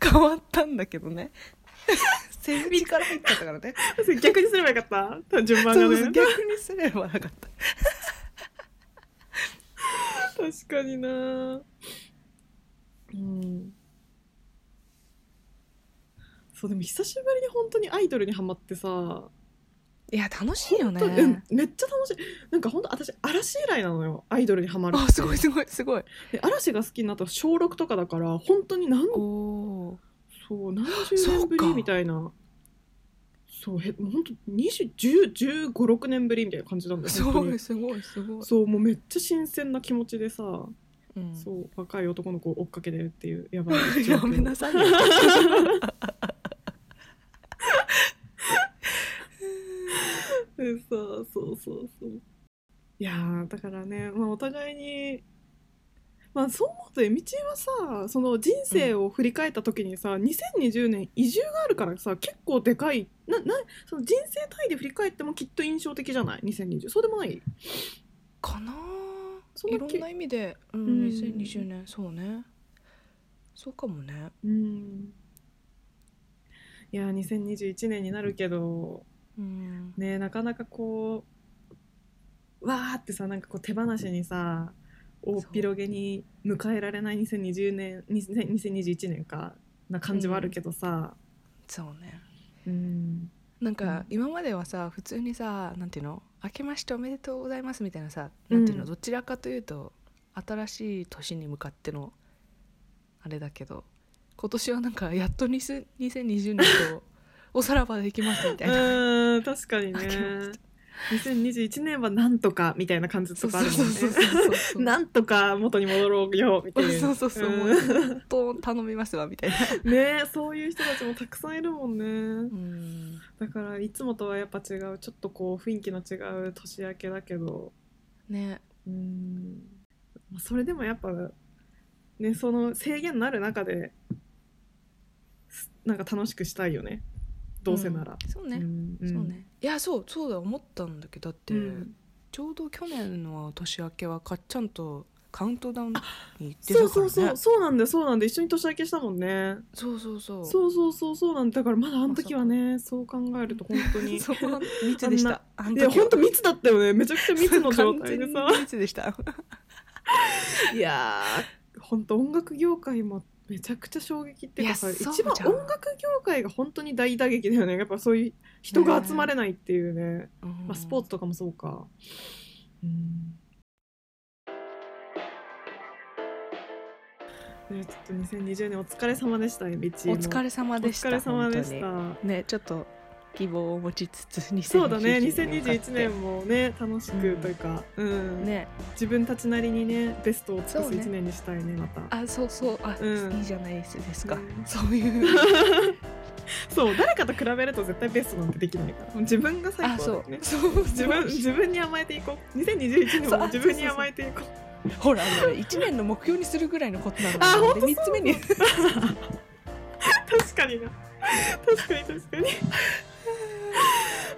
S2: 変わったんだけどねセミから入っちゃったからね
S3: 逆にすればよかった順番
S2: そ
S3: が
S2: うそう
S3: ね
S2: 逆にすればなかった
S3: 確かになうんそうでも久しぶりに本当にアイドルにハマってさ
S2: いや楽しいよね、
S3: うんめっちゃ楽しいなんか本当私嵐以来なのよアイドルにハマる
S2: あすごいすごいすごい
S3: で嵐が好きになったの小6とかだから本当に何
S2: おお
S3: そう何十年ぶ
S2: そう
S3: り
S2: か
S3: みたいなそうへもう本当二十十十五六年ぶりみたいな感じなんだよ
S2: す
S3: 本
S2: ご
S3: 当
S2: い
S3: に
S2: すごいすごい、
S3: そうもうめっちゃ新鮮な気持ちでさ、
S2: うん、
S3: そう若い男の子を追っかけてるっていうやばい状
S2: や
S3: 況
S2: め なさいよ
S3: でさそうそうそういやーだからね、まあ、お互いにまあそう思うとえみちはさその人生を振り返った時にさ、2020年移住があるからさ結構でかいななその人生単位で振り返ってもきっと印象的じゃない2020そうでもない
S2: かなあ
S3: そん
S2: い
S3: な
S2: ろ
S3: 気
S2: んな意味で、うん
S3: うん
S2: 2020年そうねそうかもね
S3: うんいやー2021年になるけど
S2: うん、
S3: ねなかなかこうわーってさなんかこう手放しにさ大っ広げに迎えられない2020年2000 2021年かな感じはあるけどさ、
S2: そうね
S3: うん
S2: なん
S3: う
S2: か
S3: ん
S2: 今まではさ普通にさなんていうの「明けましておめでとうございます」みたいなさなんていうの、
S3: うん
S2: どちらかというと新しい年に向かってのあれだけど今年はなんかやっと20 2020年とおさらばできますみたいな、
S3: うん確かにね
S2: 明けまし
S3: 2021年はなんとかみたいな感じ
S2: そ
S3: と
S2: う
S3: か
S2: そ
S3: あ
S2: う
S3: るもん
S2: そ
S3: ね
S2: うそうそうそ う
S3: なんとか元に戻ろうよみたいな
S2: そうそうそう、もう本当頼みますわ みたいな。
S3: うんねそういう人たちもたくさんいるもんね
S2: うん
S3: だからいつもとはやっぱ違うちょっとこう雰囲気の違う年明けだけど
S2: ね、
S3: うーんまあそれでもやっぱねその制限のある中ですなんか楽しくしたいよねどうせなら、
S2: んそうね、
S3: ん
S2: そうねいやそうそうだ思ったんだけどだって、
S3: うん
S2: ちょうど去年の年明けはかっちゃんとカウントダウンに行ってた
S3: そ
S2: か
S3: う
S2: らね
S3: そうそうそうなんだよそうなんだよ一緒に年明けしたもんね
S2: そうそうそ う
S3: そうそうそうそうなんだだからまだあの時はねそう考えると本当にい
S2: そこは密でしたあの
S3: や
S2: 時は
S3: 本当密だったよねめちゃくちゃ密の状態で
S2: 完
S3: さ
S2: 全に密でした
S3: いやー本当音楽業界もめちゃくちゃ衝撃っていうかさ
S2: いやそう
S3: 一番
S2: じゃん
S3: 音楽業界が本当に大打撃だよねやっぱそういう人が集まれないって いうね、まあ、スポーツとかもそうか、うんね、ちょっと2020年お疲れ様でしたエビチ
S2: う
S3: ー
S2: んお
S3: ム
S2: 疲れ様でした
S3: お疲れ様でし
S2: 本
S3: た
S2: 当にねちょっと希望を持ちつつ2021
S3: そうだね
S2: に向かって
S3: 2021年もね楽しくというか、うん
S2: ね
S3: 自分たちなりにねベストを尽
S2: そ
S3: く
S2: う
S3: す
S2: ね
S3: 1年にしたいねまた
S2: あそうそうあ、
S3: うん
S2: いいじゃないですか、
S3: うん
S2: そういう
S3: そう誰かと比べると絶対ベストなんてできないからもう自分が最高
S2: あ
S3: だ
S2: そ
S3: よ
S2: う
S3: ね
S2: そう
S3: 自分自分に甘えていこう2021年
S2: そう
S3: も
S2: あ
S3: 自分に甘えていこう
S2: ほら、もう1年の目標にするぐらいのことなのに
S3: あほんと
S2: で3つ目に
S3: 確かにな確かに確かに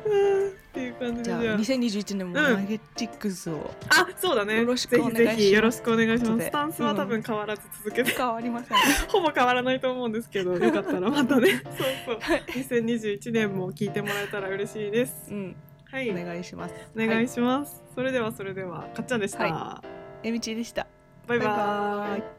S3: うんっていう感じで
S2: じ
S3: じ
S2: ゃ
S3: ゃ
S2: あ
S3: あ
S2: 2021年も
S3: うん
S2: マゲチックスを
S3: あそうだね
S2: よろしくお願いします
S3: ぜひぜひよろしくお願いし
S2: 後
S3: ます
S2: で
S3: スタンスは多分変わらず続けて、
S2: 変わりません
S3: ほぼ変わらないと思うんですけどよかったらまた ねそうそう
S2: はい
S3: 2021年も聞いてもらえたら嬉しいです
S2: うん
S3: はい
S2: お
S3: お
S2: 願いします
S3: 願い
S2: は
S3: します、それではそれではかっちゃんでした、
S2: はえみちでした
S3: バイバイ
S2: バイバイ